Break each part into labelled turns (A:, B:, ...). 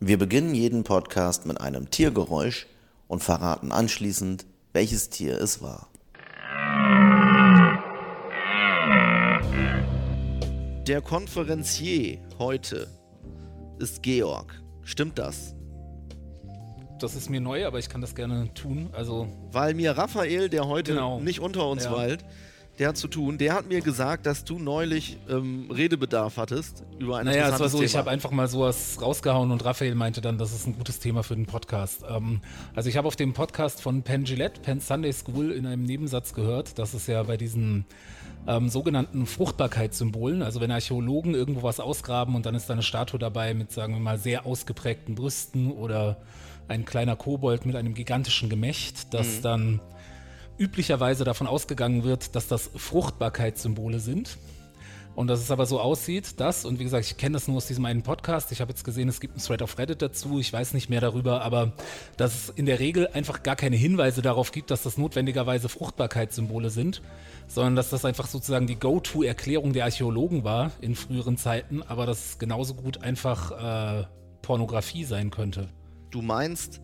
A: Wir beginnen jeden Podcast mit einem Tiergeräusch und verraten anschließend, welches Tier es war.
B: Der Konferencier heute ist Georg. Stimmt das?
C: Das ist mir neu, aber ich kann das gerne tun. Also,
B: Weil mir Raphael, der heute
C: Genau.
B: nicht unter uns
C: Ja.
B: weilt, der hat zu tun, der hat mir gesagt, dass du neulich ähm, Redebedarf hattest über ein
C: naja, es war
B: interessantes
C: so,
B: also Thema.
C: ich habe einfach mal sowas rausgehauen und Raphael meinte dann, das ist ein gutes Thema für den Podcast. Ähm, also ich habe auf dem Podcast von Penn Gillette, Penn Sunday School, in einem Nebensatz gehört, dass es ja bei diesen ähm, sogenannten Fruchtbarkeitssymbolen, also wenn Archäologen irgendwo was ausgraben und dann ist da eine Statue dabei mit, sagen wir mal, sehr ausgeprägten Brüsten oder ein kleiner Kobold mit einem gigantischen Gemächt, dass dann üblicherweise davon ausgegangen wird, dass das Fruchtbarkeitssymbole sind. Und dass es aber so aussieht, dass, und wie gesagt, ich kenne das nur aus diesem einen Podcast, ich habe jetzt gesehen, es gibt einen Thread auf Reddit dazu, ich weiß nicht mehr darüber, aber dass es in der Regel einfach gar keine Hinweise darauf gibt, dass das notwendigerweise Fruchtbarkeitssymbole sind, sondern dass das einfach sozusagen die Go-To-Erklärung der Archäologen war in früheren Zeiten, aber dass es genauso gut einfach äh, Pornografie sein könnte.
B: Du meinst,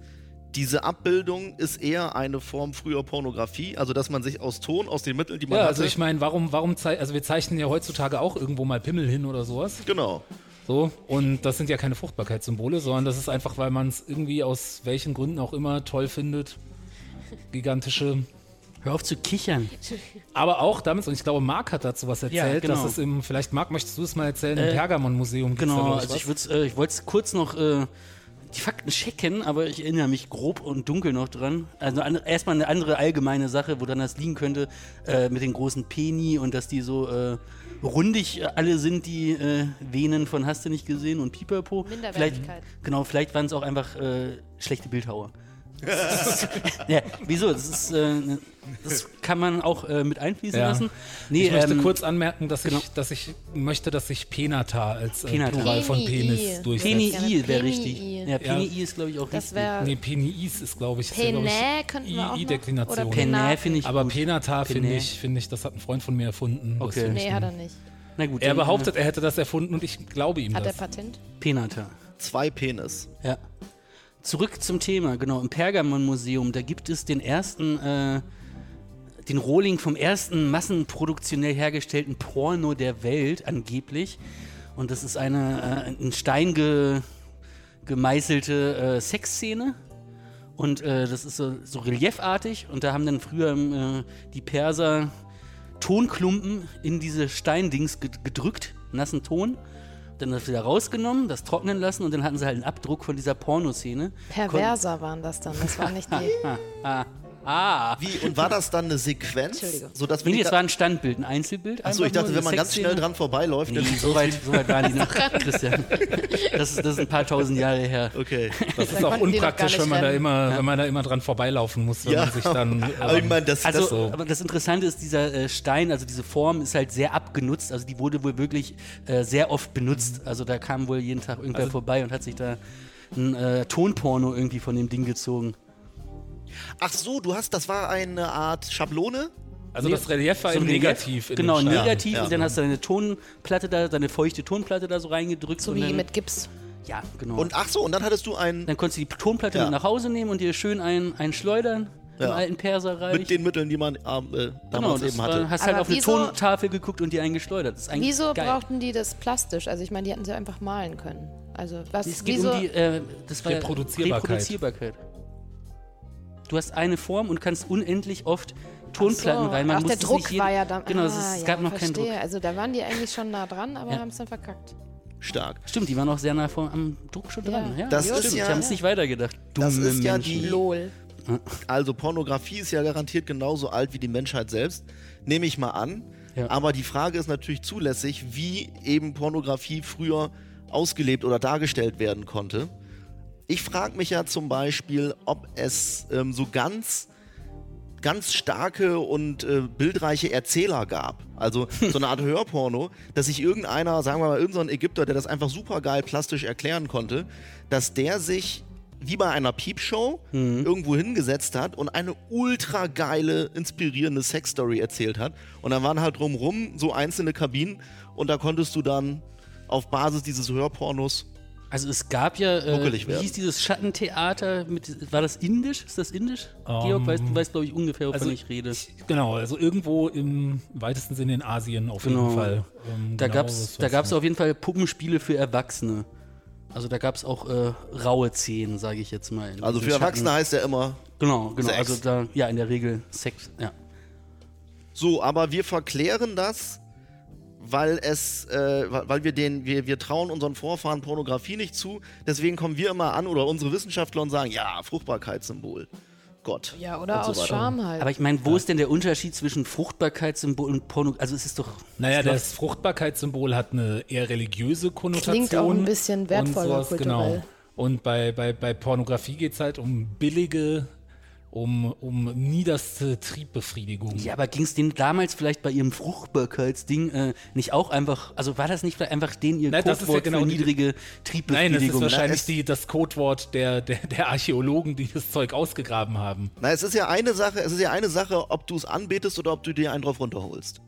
B: diese Abbildung ist eher eine Form früher Pornografie, also dass man sich aus Ton, aus den Mitteln, die man
C: Ja,
B: hatte,
C: also ich meine, warum, warum, zei- also wir zeichnen ja heutzutage auch irgendwo mal Pimmel hin oder sowas.
B: genau.
C: So, und das sind ja keine Fruchtbarkeitssymbole, sondern das ist einfach, weil man es irgendwie aus welchen Gründen auch immer toll findet. Gigantische.
D: Hör auf zu kichern.
C: Aber auch damit, und ich glaube, Marc hat dazu was erzählt,
D: Ja, genau. Äh,
C: dass es im, vielleicht Marc, möchtest du es mal erzählen, im Pergamon-Museum gibt's da,
D: Genau,
C: glaub ich,
D: also ich,
C: was.
D: würd's, äh, ich wollte es kurz noch äh, die Fakten checken, aber ich erinnere mich grob und dunkel noch dran. Also an, erstmal eine andere allgemeine Sache, woran das liegen könnte, äh, mit den großen Peni und dass die so äh, rundig äh, alle sind, die äh, Venen von Hast du nicht gesehen und Pipapo.
E: Minderwertigkeit.
D: Vielleicht, genau, vielleicht waren es auch einfach äh, schlechte Bildhauer. ja, wieso? Das, ist, äh, ne- das kann man auch äh, mit einfließen
C: Ja.
D: lassen. Nee,
C: ich möchte
D: ähm,
C: kurz anmerken, dass,
D: genau.
C: ich, dass ich möchte, dass sich Penata als äh,
D: Penata.
C: Plural von
E: Penii.
C: Penis durchsetzt.
D: Peni
E: gerne
D: I wäre
E: Peni
D: richtig.
E: I.
D: Ja, Peni
C: Ja.
D: I ist, glaube ich, auch
E: Das
D: richtig.
E: wäre
C: Nee, Penis ist, glaube ich, ist ja, glaub
E: Penä
C: ich
E: könnten wir auch
C: I-
E: noch.
C: I-Deklination.
E: Oder
D: Penä finde ich
C: Aber
D: gut.
C: Penata finde
D: Penä.
C: ich, finde ich, das hat ein Freund von mir erfunden. Das
D: Okay.
C: finde ich
E: Nee,
C: nicht.
E: hat er nicht.
D: Na gut.
C: Er
D: dann,
C: behauptet, er hätte das erfunden und ich glaube ihm
E: Hat er
C: das.
E: Patent?
D: Äh, Penata.
B: Zwei Penis.
D: Ja. Zurück zum Thema, genau. Im Pergamon-Museum, da gibt es den ersten, äh, den Rohling vom ersten massenproduktionell hergestellten Porno der Welt, angeblich. Und das ist eine äh, in Stein ge gemeißelte äh, Sexszene. Und äh, das ist so, so reliefartig. Und da haben dann früher ähm, äh, die Perser Tonklumpen in diese Steindings ged- gedrückt, nassen Ton. Dann das wieder rausgenommen, das trocknen lassen und dann hatten sie halt einen Abdruck von dieser Pornoszene.
E: Perverser waren das dann. Das war nicht die.
B: Wie, und war das dann eine Sequenz?
E: Entschuldigung.
B: Sodass wir
D: Ah. Nee,
B: nicht
D: das war ein Standbild, ein Einzelbild.
B: Achso, ich
D: einfach nur,
B: dachte, wenn
D: diese
B: man ganz
D: Sexszene.
B: schnell dran vorbeiläuft, dann
D: Nee, so weit, Genau, so weit waren die noch. Christian, das ist, das ist ein paar tausend Jahre her.
B: Okay.
C: Das ist
E: Da
C: auch
E: konnten die doch
C: unpraktisch,
E: gar nicht
C: wenn man, da
E: rennen.
C: immer, wenn man da immer dran vorbeilaufen muss, wenn
B: Ja.
C: man sich dann.
B: Aber ich
C: ähm,
B: meine, das,
D: Also,
B: das
C: so.
D: aber das Interessante ist, dieser äh, Stein, also diese Form ist halt sehr abgenutzt. Also die wurde wohl wirklich äh, sehr oft benutzt. Also da kam wohl jeden Tag irgendwer vorbei und hat sich da ein äh, Tonporno irgendwie von dem Ding gezogen.
B: Ach so, du hast, das war eine Art Schablone?
C: also das Relief war
D: So
C: eben
D: ein Relief.
C: negativ. In
D: Genau,
C: dem Stein.
D: negativ.
B: Ja.
D: Und dann hast du deine Tonplatte da, deine feuchte Tonplatte da so reingedrückt.
E: So
D: und
E: wie
D: dann,
E: mit Gips.
D: Ja, genau.
B: Und ach so, und dann hattest du einen
D: dann konntest du die Tonplatte
B: Ja.
D: mit nach Hause nehmen und dir schön einen, einen schleudern im
B: Ja.
D: alten Perserreich.
B: mit den Mitteln, die man ähm, äh,
D: genau,
B: damals
D: das
B: eben
D: war-
B: hatte.
D: hast
E: Aber
D: halt auf eine
E: wieso-
D: Tontafel geguckt und dir einen geschleudert. Das ist eigentlich
E: Wieso
D: geil.
E: brauchten die das plastisch? Also ich meine, die hätten sie einfach malen können. Also was?
D: Es geht
E: wieso?
D: um die äh, das war ja-
C: Reproduzierbarkeit.
D: Reproduzierbarkeit. Du hast eine Form und kannst unendlich oft Tonplatten
E: so,
D: reinmachen.
E: Auch der
D: Musst es
E: Druck
D: nicht jeden-
E: war ja dann.
D: Genau, es,
E: ah,
D: ist- es gab
E: ja,
D: noch keinen
E: verstehe.
D: Druck.
E: Also da waren die eigentlich schon nah dran, aber
D: Ja.
E: haben es dann verkackt.
B: Stark.
D: Stimmt, die waren auch sehr nah vor, am Druck schon
E: Ja.
D: dran. Ja,
B: Das
D: stimmt.
B: ist ja-
D: die haben es nicht weitergedacht. ähm. Dumme
B: Das ist ja
D: Menschen.
B: die-
E: Lol.
B: Also Pornografie ist ja garantiert genauso alt wie die Menschheit selbst, nehme ich mal an.
D: Ja.
B: Aber die Frage ist natürlich zulässig, wie eben Pornografie früher ausgelebt oder dargestellt werden konnte. Ich frage mich ja zum Beispiel, ob es ähm, so ganz, ganz starke und äh, bildreiche Erzähler gab. Also so eine Art Hörporno, dass sich irgendeiner, sagen wir mal, irgendein Ägypter, der das einfach super geil plastisch erklären konnte, dass der sich wie bei einer Piepshow irgendwo hingesetzt hat und eine ultra geile, inspirierende Sexstory erzählt hat. Und dann waren halt drumrum so einzelne Kabinen und da konntest du dann auf Basis dieses Hörpornos
D: Also es gab ja,
B: Muckelig
D: äh, wie
B: werden.
D: hieß dieses Schattentheater, mit, war das indisch? Ist das indisch? Georg, weißt, du weißt, glaube ich, ungefähr, wovon ich rede.
C: ich- genau, also irgendwo im weitesten Sinne in Asien auf jeden
D: Genau.
C: Fall. Ähm,
D: Da
C: genau,
D: gab's,
C: das
D: da
C: weiß
D: gab's
C: ich
D: auf jeden Fall Puppenspiele für Erwachsene. Also da gab's auch äh, raue Szenen, sage ich jetzt mal. in
B: Also
D: diesem
B: für Erwachsene
D: Schatten-
B: heißt ja immer
D: Genau, genau.
B: Sex.
D: Also da, ja, in der Regel Sex. Ja.
B: So, aber wir verklären das, weil es, äh, weil weil wir den, wir, wir trauen unseren Vorfahren Pornografie nicht zu. Deswegen kommen wir immer an oder unsere Wissenschaftler und sagen, ja, Fruchtbarkeitssymbol, Gott.
E: Ja, oder
B: und so
E: aus
B: weiter.
E: Scham halt.
D: Aber ich meine, wo ist denn der Unterschied zwischen Fruchtbarkeitssymbol und Porno? Also es ist doch.
C: Naja,
D: es läuft-
C: das Fruchtbarkeitssymbol hat eine eher religiöse Konnotation.
E: Klingt auch ein bisschen wertvoller
C: und
E: kulturell.
C: Genau. Und bei, bei, bei Pornografie geht es halt um billige, um, um niederste Triebbefriedigung.
D: Ja, aber ging's denen damals vielleicht bei ihrem Fruchtbarkeitsding äh, nicht auch einfach, also war das nicht vielleicht einfach denen ihr
C: Nein, das ist ja
D: Codewort
C: genau
D: für
C: die-
D: niedrige
C: Nein, das ist
D: Triebbefriedigung? ne?
C: wahrscheinlich
B: ist-
C: die, das Codewort der, der, der Archäologen, die das Zeug ausgegraben haben.
B: Na, es ist ja eine Sache, es ist ja eine Sache, ob du es anbetest oder ob du dir einen drauf runterholst.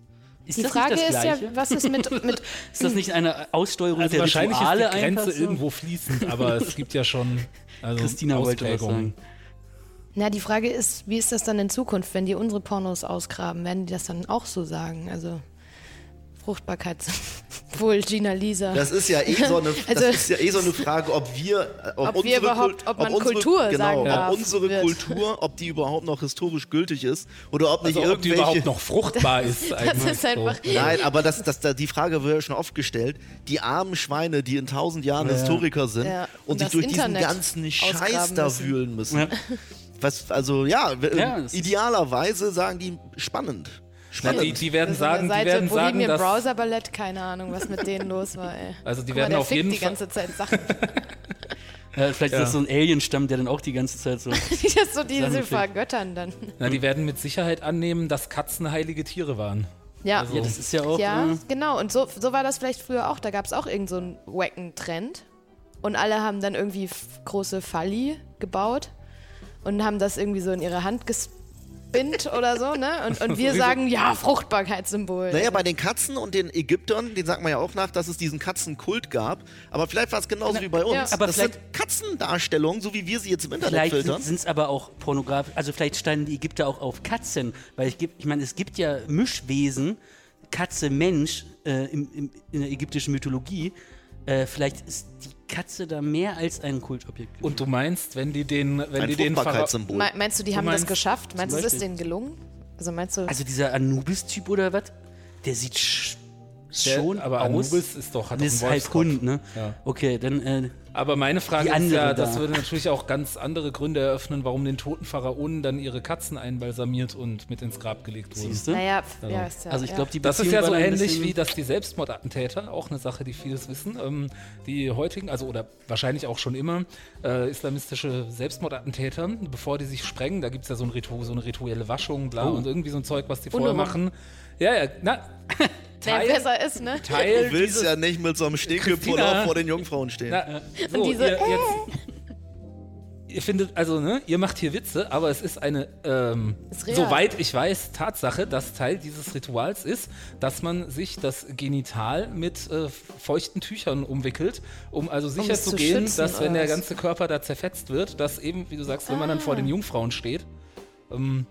D: ist
E: die
D: das
E: Frage
D: nicht das
E: ist ja,
D: Gleiche?
E: was ist mit, mit
D: ist das nicht eine Aussteuerung
C: Also
D: der
C: wahrscheinlich ist
D: Rituale
C: die Grenze
D: einfach so?
C: irgendwo fließend, aber es gibt ja schon also
D: Christina wollte was sagen.
E: Na, die Frage ist, wie ist das dann in Zukunft, wenn die unsere Pornos ausgraben? Werden die das dann auch so sagen? Also Fruchtbarkeits... Wohl Gina Lisa.
B: Das ist ja eh so eine, das
E: Also-
B: ist ja eh so eine Frage, ob wir, äh, ob,
E: Ob wir
B: unsere Kul-
E: überhaupt- ob man
B: unsere,
E: Kultur
B: genau,
E: sagen
B: ob
E: darf,
B: unsere
E: wird.
B: Kultur, ob die überhaupt noch historisch gültig ist oder ob nicht
C: Also ob die
B: irgendwelche
C: überhaupt noch fruchtbar ist.
E: das ist einfach-
C: So.
B: Nein, aber das, das, da- die Frage wird ja schon oft gestellt. Die armen Schweine, die in tausend Jahren Historiker sind
E: Ja,
B: und,
E: und
B: sich
E: das
B: durch diesen
E: Internet
B: ganzen Scheiß
E: ausgraben
B: da
E: müssen.
B: wühlen müssen.
D: Ja.
B: Was, also ja, w-
D: Ja, das ist-
B: idealerweise sagen die spannend.
C: Na,
B: Spannend.
C: die, die werden
E: Also, so eine
C: sagen, die
E: Seite
C: werden sagen,
E: Bohemian
C: dass
E: Browser Ballett, keine Ahnung, was mit denen los war, ey.
C: Also die
E: Guck
C: werden
E: mal, der
C: auf
E: fickt
C: jeden
E: die
C: Fall-
E: ganze Zeit Sachen.
D: Ja, vielleicht ist das so ein Alien-Stamm, der dann auch die ganze Zeit so.
E: Die das so diese
D: Sachen fickt.
E: vergöttern dann.
C: na, die werden mit Sicherheit annehmen, dass Katzen heilige Tiere waren.
E: Ja.
C: Also,
D: Ja, das ist ja auch.
E: Ja,
D: Äh,
E: genau. Und so, so war das vielleicht früher auch. Da gab es auch irgendeinen so einen wacken Trend. Und alle haben dann irgendwie f- große Falli gebaut und haben das irgendwie so in ihre Hand gespinnt oder so, ne? Und, und wir sagen, ja, Fruchtbarkeitssymbol.
B: Naja, bei den Katzen und den Ägyptern, den sagt man ja auch nach, dass es diesen Katzenkult gab. Aber vielleicht war es genauso wie bei uns.
E: ja.
D: Aber
B: das sind
D: vielleicht-
B: Katzendarstellungen, so wie wir sie jetzt im Internet
D: Vielleicht
B: filtern.
D: sind es aber auch pornografisch, also vielleicht standen die Ägypter auch auf Katzen, weil ich, geb- ich meine, es gibt ja Mischwesen, Katze, Mensch äh, im, im, in der ägyptischen Mythologie. Äh, vielleicht ist die Katze da mehr als ein Kultobjekt.
C: Und du meinst, wenn die den, wenn
B: Ein
C: die den Phara-
B: Fruchtbarkeitssymbol.
E: Me meinst du, die haben
C: meinst
E: das geschafft? Meinst du, es ist
D: Beispiel?
E: denen gelungen? Also meinst du,
D: also dieser Anubis-Typ oder was, der sieht sch
C: Der-
D: schon
C: aber
D: aus.
C: Anubis ist doch hat
D: Und
C: doch
D: ist
C: einen
D: halb
C: Wolfskopf.
D: Hund, ne?
C: Ja.
D: Okay, dann äh,
C: Aber meine Frage
D: Die
C: ist
D: andere
C: ja,
D: da.
C: das würde natürlich auch ganz andere Gründe eröffnen, warum den toten Pharaonen dann ihre Katzen einbalsamiert und mit ins Grab gelegt wurden.
D: siehst du?
E: naja, pf- ja, ist ja.
D: Also ich glaube, die
C: Das ist
D: Beziehung
C: ja
D: war
C: so
D: dann ein
C: ähnlich
D: bisschen-
C: wie dass die Selbstmordattentäter, auch eine Sache, die vieles wissen, ähm, die heutigen, also oder wahrscheinlich auch schon immer, äh, islamistische Selbstmordattentäter, bevor die sich sprengen, da gibt es ja so, ein Ritu so eine rituelle Waschung,
D: Oh.
C: bla, und irgendwie so ein Zeug, was die vorher
E: Unrum.
C: machen. Ja, ja, na,
E: ja.
C: Teil-
E: Naja, besser ist, ne?
C: Teil
B: Du willst ja nicht mit so einem Stinkepuller
C: Christina.
B: vor den Jungfrauen stehen.
C: Na, so,
E: diese,
C: ihr, jetzt, ihr findet, also, ne, ihr macht hier Witze, aber es ist eine, ähm,
E: Ist real.
C: soweit ich weiß, Tatsache, dass Teil dieses Rituals ist, dass man sich das Genital mit äh, feuchten Tüchern umwickelt, um also
E: es zu
C: sicherzugehen,
E: schützen,
C: dass, wenn
E: oder
C: der
E: was? Ah.
C: ganze Körper da zerfetzt wird, dass eben, wie du sagst, wenn man dann vor den Jungfrauen steht, ähm,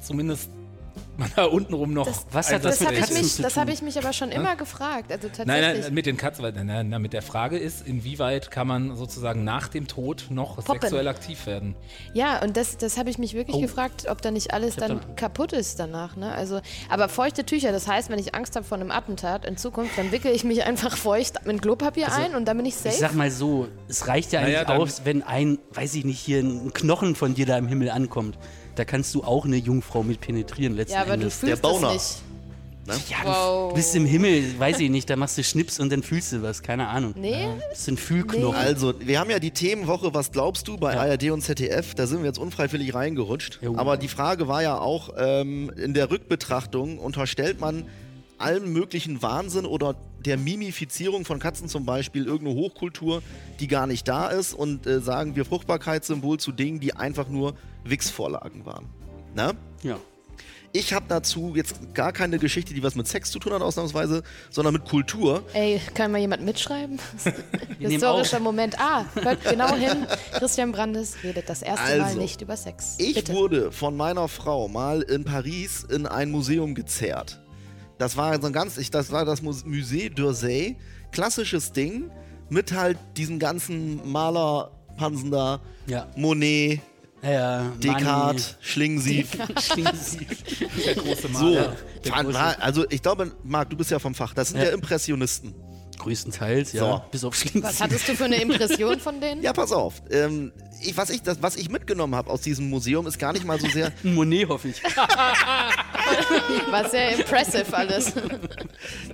C: zumindest man da untenrum noch.
D: Was hat
C: Einsatz
E: Das
D: mit
E: habe
C: findet.
E: ich,
D: Katzen
E: mich-
D: zu
E: das
D: tun.
E: hab ich mich aber schon immer gefragt. Also tatsächlich.
C: Nein, nein, mit den Katzen, weil- nein, nein, nein, mit der Frage ist, inwieweit kann man sozusagen nach dem Tod noch
E: Poppen.
C: sexuell aktiv werden?
E: Ja, und das, das habe ich mich wirklich gefragt, ob da nicht alles dann kaputt ist danach. Ne? Also, aber feuchte Tücher, das heißt, wenn ich Angst habe vor einem Attentat in Zukunft, dann wickle ich mich einfach feucht mit Klopapier ein und dann bin ich safe.
D: Ich sag mal so, es reicht ja eigentlich
C: Naja, dann-
D: aus, wenn ein, weiß ich nicht, hier ein Knochen von dir da im Himmel ankommt. Da kannst du auch eine Jungfrau mit penetrieren letzten
E: ja, aber du
D: Endes.
E: fühlst
B: Der Boner.
E: das
D: ja, du
E: Wow.
D: bist im Himmel, weiß ich nicht, da machst du Schnips und dann fühlst du was, keine Ahnung.
E: nicht. Nee?
D: Das sind Fühlknochen.
B: Also, wir haben ja die Themenwoche Was glaubst du bei ARD und ZDF. Da sind wir jetzt unfreiwillig reingerutscht.
D: Jo.
B: Aber die Frage war ja auch, ähm, in der Rückbetrachtung unterstellt man allen möglichen Wahnsinn oder der Mimifizierung von Katzen zum Beispiel irgendeine Hochkultur, die gar nicht da ist und äh, sagen wir Fruchtbarkeitssymbol zu Dingen, die einfach nur Wix-Vorlagen waren. Na?
D: Ja.
B: ne? Ich habe dazu jetzt gar keine Geschichte, die was mit Sex zu tun hat, ausnahmsweise, sondern mit Kultur.
E: Ey, kann mal jemand mitschreiben?
D: Wir nehmen
E: Historischer
D: auf.
E: Moment. Ah, hört genau hin. Christian Brandes redet das erste Mal
B: Also,
E: nicht über Sex.
B: Ich
E: Bitte.
B: wurde von meiner Frau mal in Paris in ein Museum gezerrt. Das war so ein ganz, ich, das war das Muse- Musée d'Orsay, klassisches Ding, mit halt diesen ganzen Malerpansen da,
D: Ja.
B: Monet,
D: Ja,
B: Descartes, Schlingensief.
D: Mann. Schlingensief.
C: Der große Mann.
B: So,
D: Ja, der
B: Fan-
D: große-
B: na, also ich glaube, Marc, du bist ja vom Fach, das sind ja,
D: Ja.
B: Impressionisten.
D: Größtenteils, ja.
B: So.
D: Bis auf Schlingensief.
E: Was hattest du für eine Impression von denen?
B: Ja, pass auf. Ähm, ich, was, ich, das, was ich mitgenommen habe aus diesem Museum ist gar nicht mal so sehr
D: Ein Monet, hoffe ich.
E: War sehr impressive alles.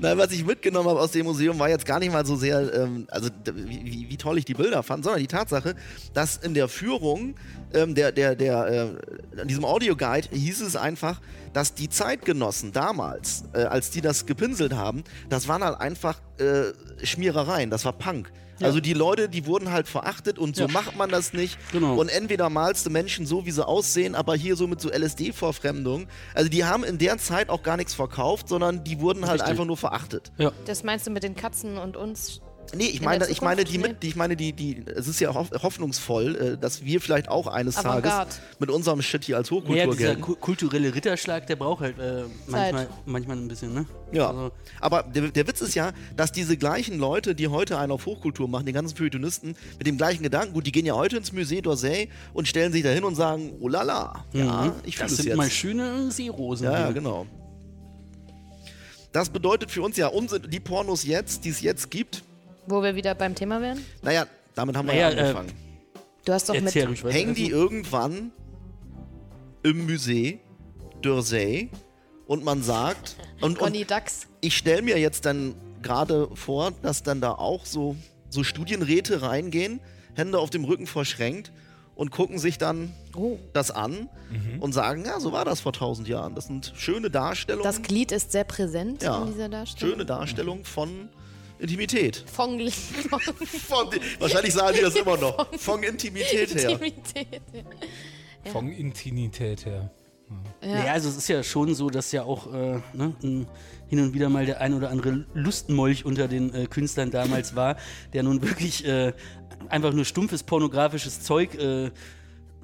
B: Nein, was ich mitgenommen habe aus dem Museum, war jetzt gar nicht mal so sehr, ähm, also d- wie, wie- wie toll ich die Bilder fand, sondern die Tatsache, dass in der Führung, ähm, der, der, der, äh, in diesem Audioguide hieß es einfach, dass die Zeitgenossen damals, äh, als die das gepinselt haben, das waren halt einfach äh, Schmierereien, das war Punk. Also die Leute, die wurden halt verachtet und so
D: Ja.
B: macht man das nicht.
D: Genau.
B: Und entweder malst du Menschen so, wie sie aussehen, aber hier so mit so LSD-Verfremdung. Also die haben in der Zeit auch gar nichts verkauft, sondern die wurden halt
D: Richtig.
B: einfach nur verachtet.
E: Das meinst du mit den Katzen und uns?
B: Nee, ich
E: In
B: meine,
E: der
B: ich meine die
E: Zukunft?
B: mit, die- ich meine die, die, es ist ja hoff, hoffnungsvoll, äh, dass wir vielleicht auch eines
E: Avantgarde.
B: Tages mit unserem Shit hier als Hochkultur
D: Ja, dieser
B: gelten.
D: ku kulturelle Ritterschlag, der braucht halt äh, manchmal, manchmal ein bisschen, ne?
B: Ja.
D: Also,
B: Aber der, der Witz ist ja, dass diese gleichen Leute, die heute einen auf Hochkultur machen, die ganzen Feuilletonisten, mit dem gleichen Gedanken, gut, die gehen ja heute ins Musée d'Orsay und stellen sich da hin und sagen, oh la la, ja, ich fühle
D: Mhm. das
B: es
D: sind
B: jetzt.
D: mal schöne Seerosen.
B: Ja, ja,
D: hier.
B: genau. Das bedeutet für uns ja, unsere, die Pornos jetzt, die es jetzt gibt,
E: Wo wir wieder beim Thema wären?
B: naja, damit haben wir
D: Naja,
B: ja
D: äh,
B: angefangen.
E: Du hast doch
D: Erzähl
E: mit.
D: ruhig weiter.
B: Hängen die irgendwann im Musée d'Orsay und man sagt, und,
E: Conny
B: und
E: Dax.
B: ich stelle mir jetzt dann gerade vor, dass dann da auch so, so Studienräte reingehen, Hände auf dem Rücken verschränkt und gucken sich dann
E: Oh.
B: das an
D: Mhm.
B: und sagen, ja, so war das vor tausend Jahren. Das sind schöne Darstellungen.
E: Das Glied ist sehr präsent
B: Ja.
E: in dieser Darstellung.
B: schöne Darstellung von Intimität.
E: Fong
B: Von, wahrscheinlich sagen die das immer noch. Von Intimität her.
E: Intimität.
C: Von Intimität her.
D: Ja. also es ist ja schon so, dass ja auch äh, ne, ein- hin und wieder mal der ein oder andere Lustmolch unter den äh, Künstlern damals war, der nun wirklich äh, einfach nur stumpfes pornografisches Zeug äh,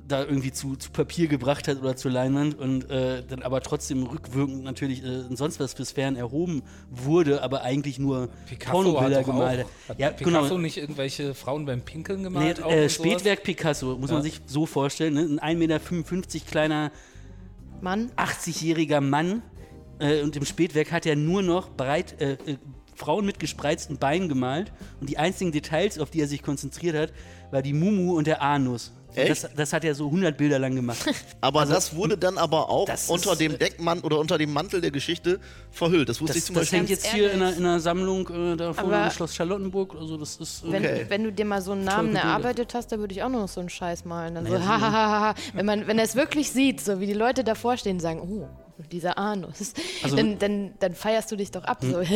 D: da irgendwie zu, zu Papier gebracht hat oder zur Leinwand und äh, dann aber trotzdem rückwirkend natürlich äh, und sonst was fürs Fern erhoben wurde, aber eigentlich nur
C: Picasso hat
D: Pornobilder
C: doch
D: gemalt hat.
C: auch. Hat
D: Ja,
C: Picasso
D: genau.
C: nicht irgendwelche Frauen beim Pinkeln
D: Nee,
C: gemalt? auch
D: äh,
C: und sowas?
D: Spätwerk Picasso, muss man
C: Ja.
D: sich so vorstellen. Ne? Ein 1,55 Meter kleiner
E: Mann.
D: 80-jähriger Mann äh, und im Spätwerk hat er nur noch breit, äh, äh, Frauen mit gespreizten Beinen gemalt und die einzigen Details, auf die er sich konzentriert hat, war die Mumu und der Anus. Und
B: Echt?
D: Das, das hat er so 100 Bilder lang gemacht.
B: Aber das wurde dann aber auch
D: das
B: unter
D: ist,
B: dem
D: äh,
B: Deckmann oder unter dem Mantel der Geschichte verhüllt. Das wusste ich
D: Das,
B: zum
D: das
B: Beispiel.
D: hängt
E: Ganz
D: jetzt hier in einer,
E: ehrlich.
D: in einer Sammlung äh, da vorne
E: Aber-
D: im Schloss Charlottenburg. Also das ist äh,
E: Wenn,
B: Okay.
E: wenn du dir mal so einen
D: Toll
E: Namen
D: gebildet.
E: erarbeitet hast, dann würde ich auch noch so einen Scheiß malen. Dann so, ha, ha, ha, ha. Wenn, man, wenn er es wirklich sieht, so wie die Leute davor stehen, sagen, oh, dieser Anus,
D: Also-
E: dann, dann, dann feierst du dich doch ab. So, also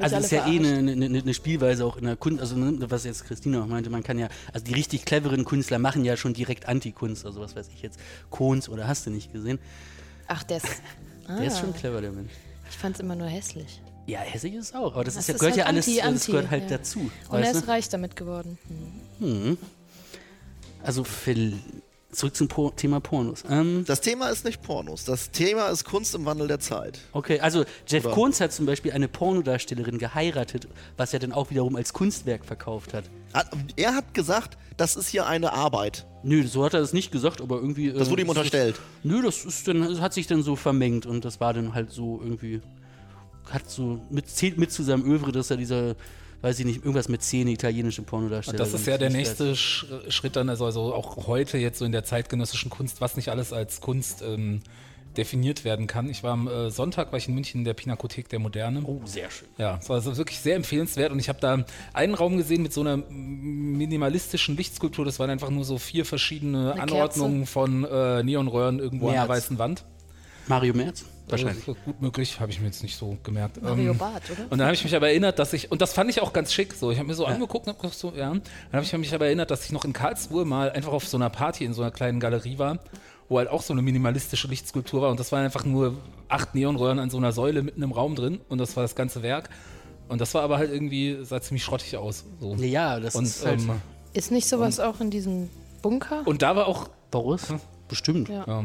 D: Also ist ja eh eine, eine, eine- eine Spielweise auch in der Kunst, also ne, was jetzt Christina auch meinte, man kann ja, also die richtig cleveren Künstler machen ja schon direkt Antikunst, also was weiß ich jetzt, Kohns oder hast du nicht gesehen.
E: Ach, der ist,
D: Der
E: Ah.
D: ist schon clever, der Mensch.
E: ich fand's immer nur hässlich.
D: Ja, hässlich ist es auch, aber das,
E: Das
D: ist ja,
E: ist
D: gehört
E: halt
D: ja alles,
E: Anti,
D: das
E: Anti,
D: gehört halt
E: ja.
D: dazu.
E: Und er
D: Weißt
E: ist
D: du?
E: reich damit geworden.
D: Also Phil, zurück zum Por Thema Pornos. Ähm,
B: Das Thema ist nicht Pornos. Das Thema ist Kunst im Wandel der Zeit.
D: okay, also Jeff
B: Oder-
D: Koons hat zum Beispiel eine Pornodarstellerin geheiratet, was er dann auch wiederum als Kunstwerk verkauft hat.
B: Hat- Er hat gesagt, das ist hier eine Arbeit.
D: Nö, so hat er das nicht gesagt, aber irgendwie. äh,
B: Das wurde ihm unterstellt.
D: Nö, das ist dann, das hat sich dann so vermengt und das war dann halt so irgendwie, hat so, mit, zählt mit zu seinem Övre, dass er dieser, weiß ich nicht, irgendwas mit zehn italienische Pornodarsteller.
C: Das ist ja der nächste Sch Schritt dann, also, also auch heute jetzt so in der zeitgenössischen Kunst, was nicht alles als Kunst ähm, definiert werden kann. Ich war am äh, Sonntag, war ich in München in der Pinakothek der Moderne.
D: Oh, sehr schön.
C: Ja, es war also wirklich sehr empfehlenswert und ich habe da einen Raum gesehen mit so einer minimalistischen Lichtskulptur. Das waren einfach nur so vier verschiedene
E: Eine
C: Anordnungen von äh, Neonröhren irgendwo an
D: Nerz.
C: der weißen Wand.
D: Mario Merz? Wahrscheinlich.
C: Äh, Gut möglich, habe ich mir jetzt nicht so gemerkt.
E: Mario
C: Ähm,
E: Barth, oder?
C: Und dann habe ich mich aber erinnert, dass ich, und das fand ich auch ganz schick, so, ich habe mir so angeguckt und habe gedacht, so, ja. Dann habe ich mich aber erinnert, dass ich noch in Karlsruhe mal einfach auf so einer Party in so einer kleinen Galerie war, wo halt auch so eine minimalistische Lichtskulptur war und das waren einfach nur acht Neonröhren an so einer Säule mitten im Raum drin und das war das ganze Werk. Und das war aber halt irgendwie, sah ziemlich schrottig aus. So.
D: Ja, das
C: und,
D: ist halt
C: ähm,
E: Ist nicht sowas auch in diesem Bunker?
C: und da war auch
D: Boris.
C: hm?
D: Bestimmt.
E: Ja.
C: Ja.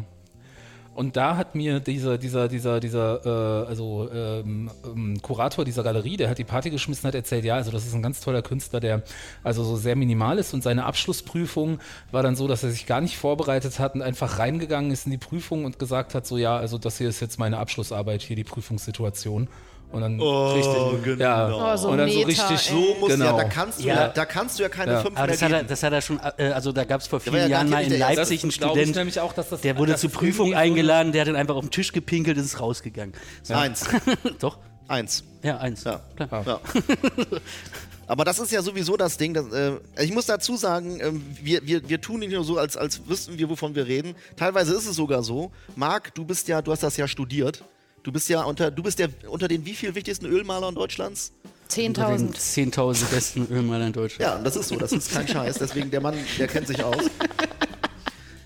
C: Und da hat mir dieser, dieser, dieser, dieser, äh, also ähm, ähm, Kurator dieser Galerie, der hat die Party geschmissen, hat erzählt, ja, also das ist ein ganz toller Künstler, der also so sehr minimal ist und seine Abschlussprüfung war dann so, dass er sich gar nicht vorbereitet hat und einfach reingegangen ist in die Prüfung und gesagt hat, so ja, also das hier ist jetzt meine Abschlussarbeit, hier die Prüfungssituation. Und dann richtig,
B: genau.
C: ja,
E: Oh, so
C: und dann so
E: Meta,
C: richtig
E: ey.
B: So muss
C: genau.
B: ja, da kannst du ja,
D: Ja.
B: da kannst du ja keine
C: Ja.
B: 500
D: Aber das hat, er,
B: geben.
D: das hat er schon, äh, also da gab es vor vielen
B: war ja
D: Jahren mal
B: garantiert
D: in
B: nicht der Erste.
D: Leipzig einen
C: Das glaub ich
D: Student,
C: nämlich auch, dass das-
D: der wurde
C: dass
D: zur
C: das irgendwie
D: Prüfung
C: so-
D: eingeladen, der hat dann einfach auf den Tisch gepinkelt und ist rausgegangen. So.
B: Eins.
D: Doch?
B: Eins.
D: Ja, eins.
B: Ja.
D: Klar.
B: Ja. Aber das ist ja sowieso das Ding. Dass, äh, ich muss dazu sagen, ähm, wir, wir, wir tun nicht nur so, als, als wüssten wir, wovon wir reden. Teilweise ist es sogar so. Marc, du bist ja, du hast das ja studiert. Du bist ja unter, du bist der unter den wie viel wichtigsten Ölmalern Deutschlands?
E: 10.000.
D: 10.000 besten Ölmaler in Deutschland.
B: Ja, das ist so, das ist kein Scheiß. Deswegen, der Mann, der kennt sich aus.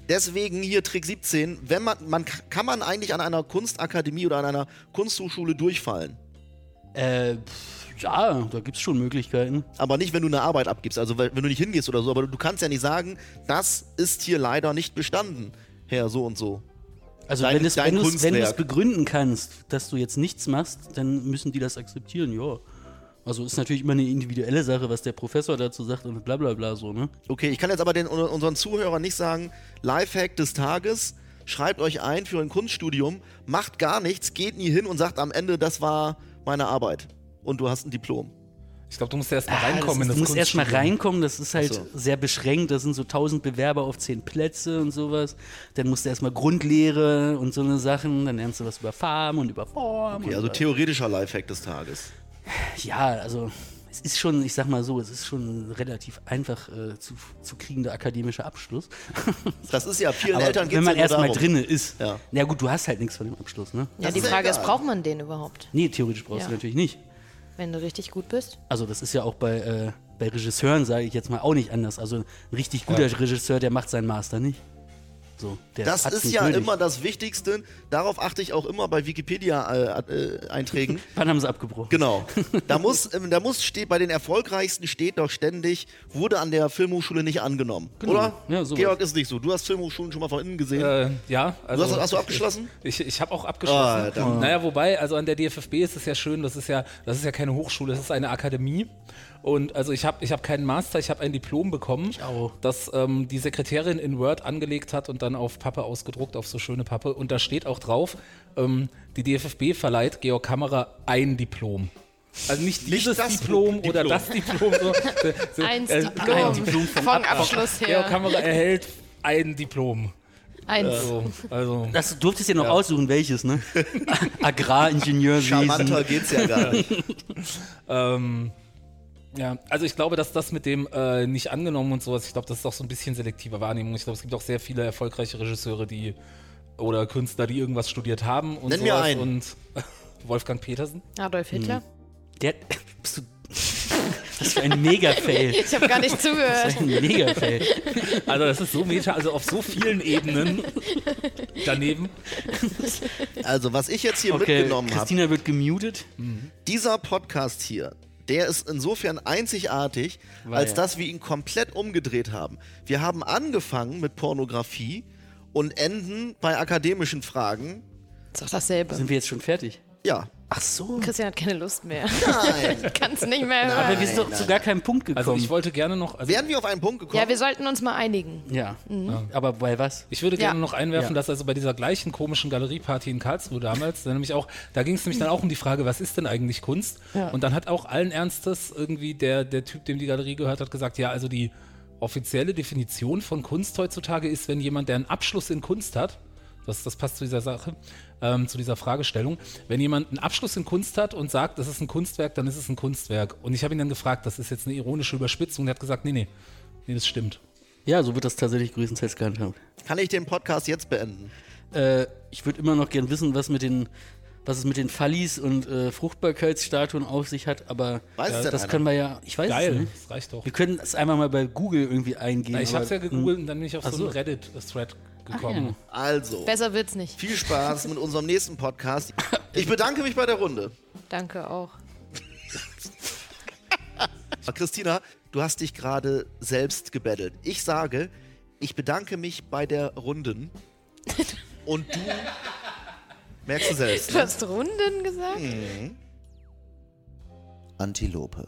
B: Deswegen hier Trick 17, wenn man, man kann man eigentlich an einer Kunstakademie oder an einer Kunsthochschule durchfallen.
D: Äh, pff, ja, da gibt es schon Möglichkeiten.
B: Aber nicht, wenn du eine Arbeit abgibst, also weil- wenn du nicht hingehst oder so, aber du, du kannst ja nicht sagen, das ist hier leider nicht bestanden, Herr so und so.
D: Also
B: Dein-
D: wenn du es
B: dein
D: wenn du's- wenn du's
B: Kunstwerk.
D: begründen kannst, dass du jetzt nichts machst, dann müssen die das akzeptieren, ja. Also ist natürlich immer eine individuelle Sache, was der Professor dazu sagt und bla bla bla so, ne?
B: Okay, ich kann jetzt aber den, unseren Zuhörern nicht sagen, Lifehack des Tages, schreibt euch ein für ein Kunststudium, macht gar nichts, geht nie hin und sagt am Ende, das war meine Arbeit und du hast ein Diplom.
C: ich glaube, du musst erst mal
D: Ah,
C: reinkommen in
D: das
C: das
D: ist, du musst erstmal
C: Kunststudium.
D: reinkommen, das ist halt
B: Ach so.
D: sehr beschränkt, das sind so 1000 Bewerber auf 10 Plätze und sowas. Dann musst du erstmal Grundlehre und so eine Sachen, dann lernst du was über Farben und über Form.
B: Okay,
D: und
B: also theoretischer Lifehack des Tages.
D: Ja, also es ist schon, ich sag mal so, es ist schon ein relativ einfach äh, zu, zu kriegender akademischer Abschluss.
B: Das ist ja vielen
D: Aber
B: Eltern geht's
D: wenn man
B: ja nur
D: erstmal
B: darum.
D: drinne ist.
B: Ja.
D: Na gut, du hast halt nichts von dem Abschluss, ne?
E: Ja,
B: Das
E: die
B: ist ja
E: Frage ist,
B: egal.
E: braucht man den überhaupt?
D: Nee, theoretisch brauchst
E: Ja.
D: du natürlich nicht.
E: Wenn du richtig gut bist?
D: Also das ist ja auch bei, äh, bei Regisseuren, sage ich jetzt mal, auch nicht anders. Also ein richtig guter Regisseur, der macht seinen Master nicht. So, der
B: Das
D: hat's
B: ist
D: nicht
B: ja
D: nötig.
B: immer das Wichtigste. Darauf achte ich auch immer bei äh, Wikipedia-Einträgen.
D: Wann haben sie abgebrochen?
B: Genau. Da muss, ähm, da muss steht, bei den erfolgreichsten steht doch ständig, wurde an der Filmhochschule nicht angenommen.
D: Genau.
B: Oder?
D: Ja, sowas.
B: Georg ist nicht so. Du hast Filmhochschulen schon mal von innen gesehen.
C: Äh, ja, also.
B: hast- hast du abgeschlossen?
C: Ich, ich habe auch abgeschlossen.
B: Ah, dann-
C: naja, wobei, also an der DFFB ist es ja schön, das ist ja, das ist ja keine Hochschule, das ist eine Akademie. Und also ich habe ich hab keinen Master, ich habe ein Diplom bekommen,
D: auch.
C: das ähm, die Sekretärin in Word angelegt hat und dann auf Pappe ausgedruckt, auf so schöne Pappe. Und da steht auch drauf, ähm, die DFFB verleiht Georg Kammerer ein Diplom. Also nicht
B: Nicht
C: dieses
B: das
C: Diplom,
B: Diplom.
C: oder das Diplom. So, so,
E: Eins
C: äh,
E: Diplom.
C: ein
E: Vom Abschluss her.
C: Georg Kammerer erhält ein Diplom.
E: Eins.
C: So, also.
D: Das du durftest ja noch aussuchen, welches, ne? Agraringenieurwesen.
B: Charmanter geht's ja gar nicht.
C: Ähm, ja, also ich glaube, dass das mit dem äh, nicht angenommen und sowas, ich glaube, das ist auch so ein bisschen selektive Wahrnehmung. Ich glaube, es gibt auch sehr viele erfolgreiche Regisseure, die oder Künstler, die irgendwas studiert haben und
B: Nenn mir
C: sowas
B: einen.
C: und Wolfgang Petersen.
E: Adolf Hitler?
D: Der, bist du, das ist ein Mega-Fail.
E: Ich habe gar nicht
D: Das
E: zugehört.
D: ist ein Mega-Fail.
C: Also das ist so meta, also auf so vielen Ebenen daneben.
B: Also, was ich jetzt hier
D: Okay,
B: mitgenommen habe.
D: Christina wird gemutet.
B: dieser Podcast hier, der ist insofern einzigartig,
D: Weil-
B: als dass wir ihn komplett umgedreht haben. Wir haben angefangen mit Pornografie und enden bei akademischen Fragen.
E: Ist doch dasselbe.
D: Sind wir jetzt schon fertig?
B: Ja.
D: Ach so.
E: Christian hat keine Lust mehr.
B: Nein.
E: Kann es nicht mehr hören.
D: Aber wir sind doch zu gar keinem Punkt gekommen.
C: Also ich wollte gerne noch, also
B: Wären wir auf einen Punkt gekommen?
E: Ja, wir sollten uns mal einigen.
D: ja. aber bei was?
C: Ich würde gerne
E: Ja.
C: noch einwerfen,
D: Ja.
C: dass also bei dieser gleichen komischen Galerieparty in Karlsruhe damals, da, nämlich auch, da ging es nämlich dann auch um die Frage, was ist denn eigentlich Kunst?
E: Ja.
C: Und dann hat auch allen Ernstes irgendwie der, der Typ, dem die Galerie gehört hat, gesagt, ja, also die offizielle Definition von Kunst heutzutage ist, wenn jemand, der einen Abschluss in Kunst hat, das, das passt zu dieser Sache, ähm, zu dieser Fragestellung. Wenn jemand einen Abschluss in Kunst hat und sagt, das ist ein Kunstwerk, dann ist es ein Kunstwerk. Und ich habe ihn dann gefragt, das ist jetzt eine ironische Überspitzung. Und er hat gesagt, nee, nee, nee, das stimmt.
D: Ja, so wird das tatsächlich größtenteils gehandhabt.
B: Kann ich den Podcast jetzt beenden?
D: Äh, ich würde immer noch gern wissen, was mit den was es mit den Fallis und äh, Fruchtbarkeitsstatuen auf sich hat, aber
B: Weiß es denn
D: das
B: einer?
D: können wir ja, ich weiß es
C: Geil,
D: nicht.
C: das reicht doch.
D: Wir können es einmal mal bei Google irgendwie eingeben.
C: Na, ich
D: aber- hm.
C: hab's ja gegoogelt und dann bin ich auf
D: Ach
C: so einen
D: so.
C: Reddit-Thread gekommen.
B: Also,
E: Besser wird's nicht.
B: viel Spaß mit unserem nächsten Podcast. Ich bedanke mich bei der Runde.
E: Danke auch.
B: Christina, du hast dich gerade selbst gebettelt. Ich sage, ich bedanke mich bei der Runden. Und du merkst du selbst. ne?
E: Du hast Runden gesagt?
A: Antilope.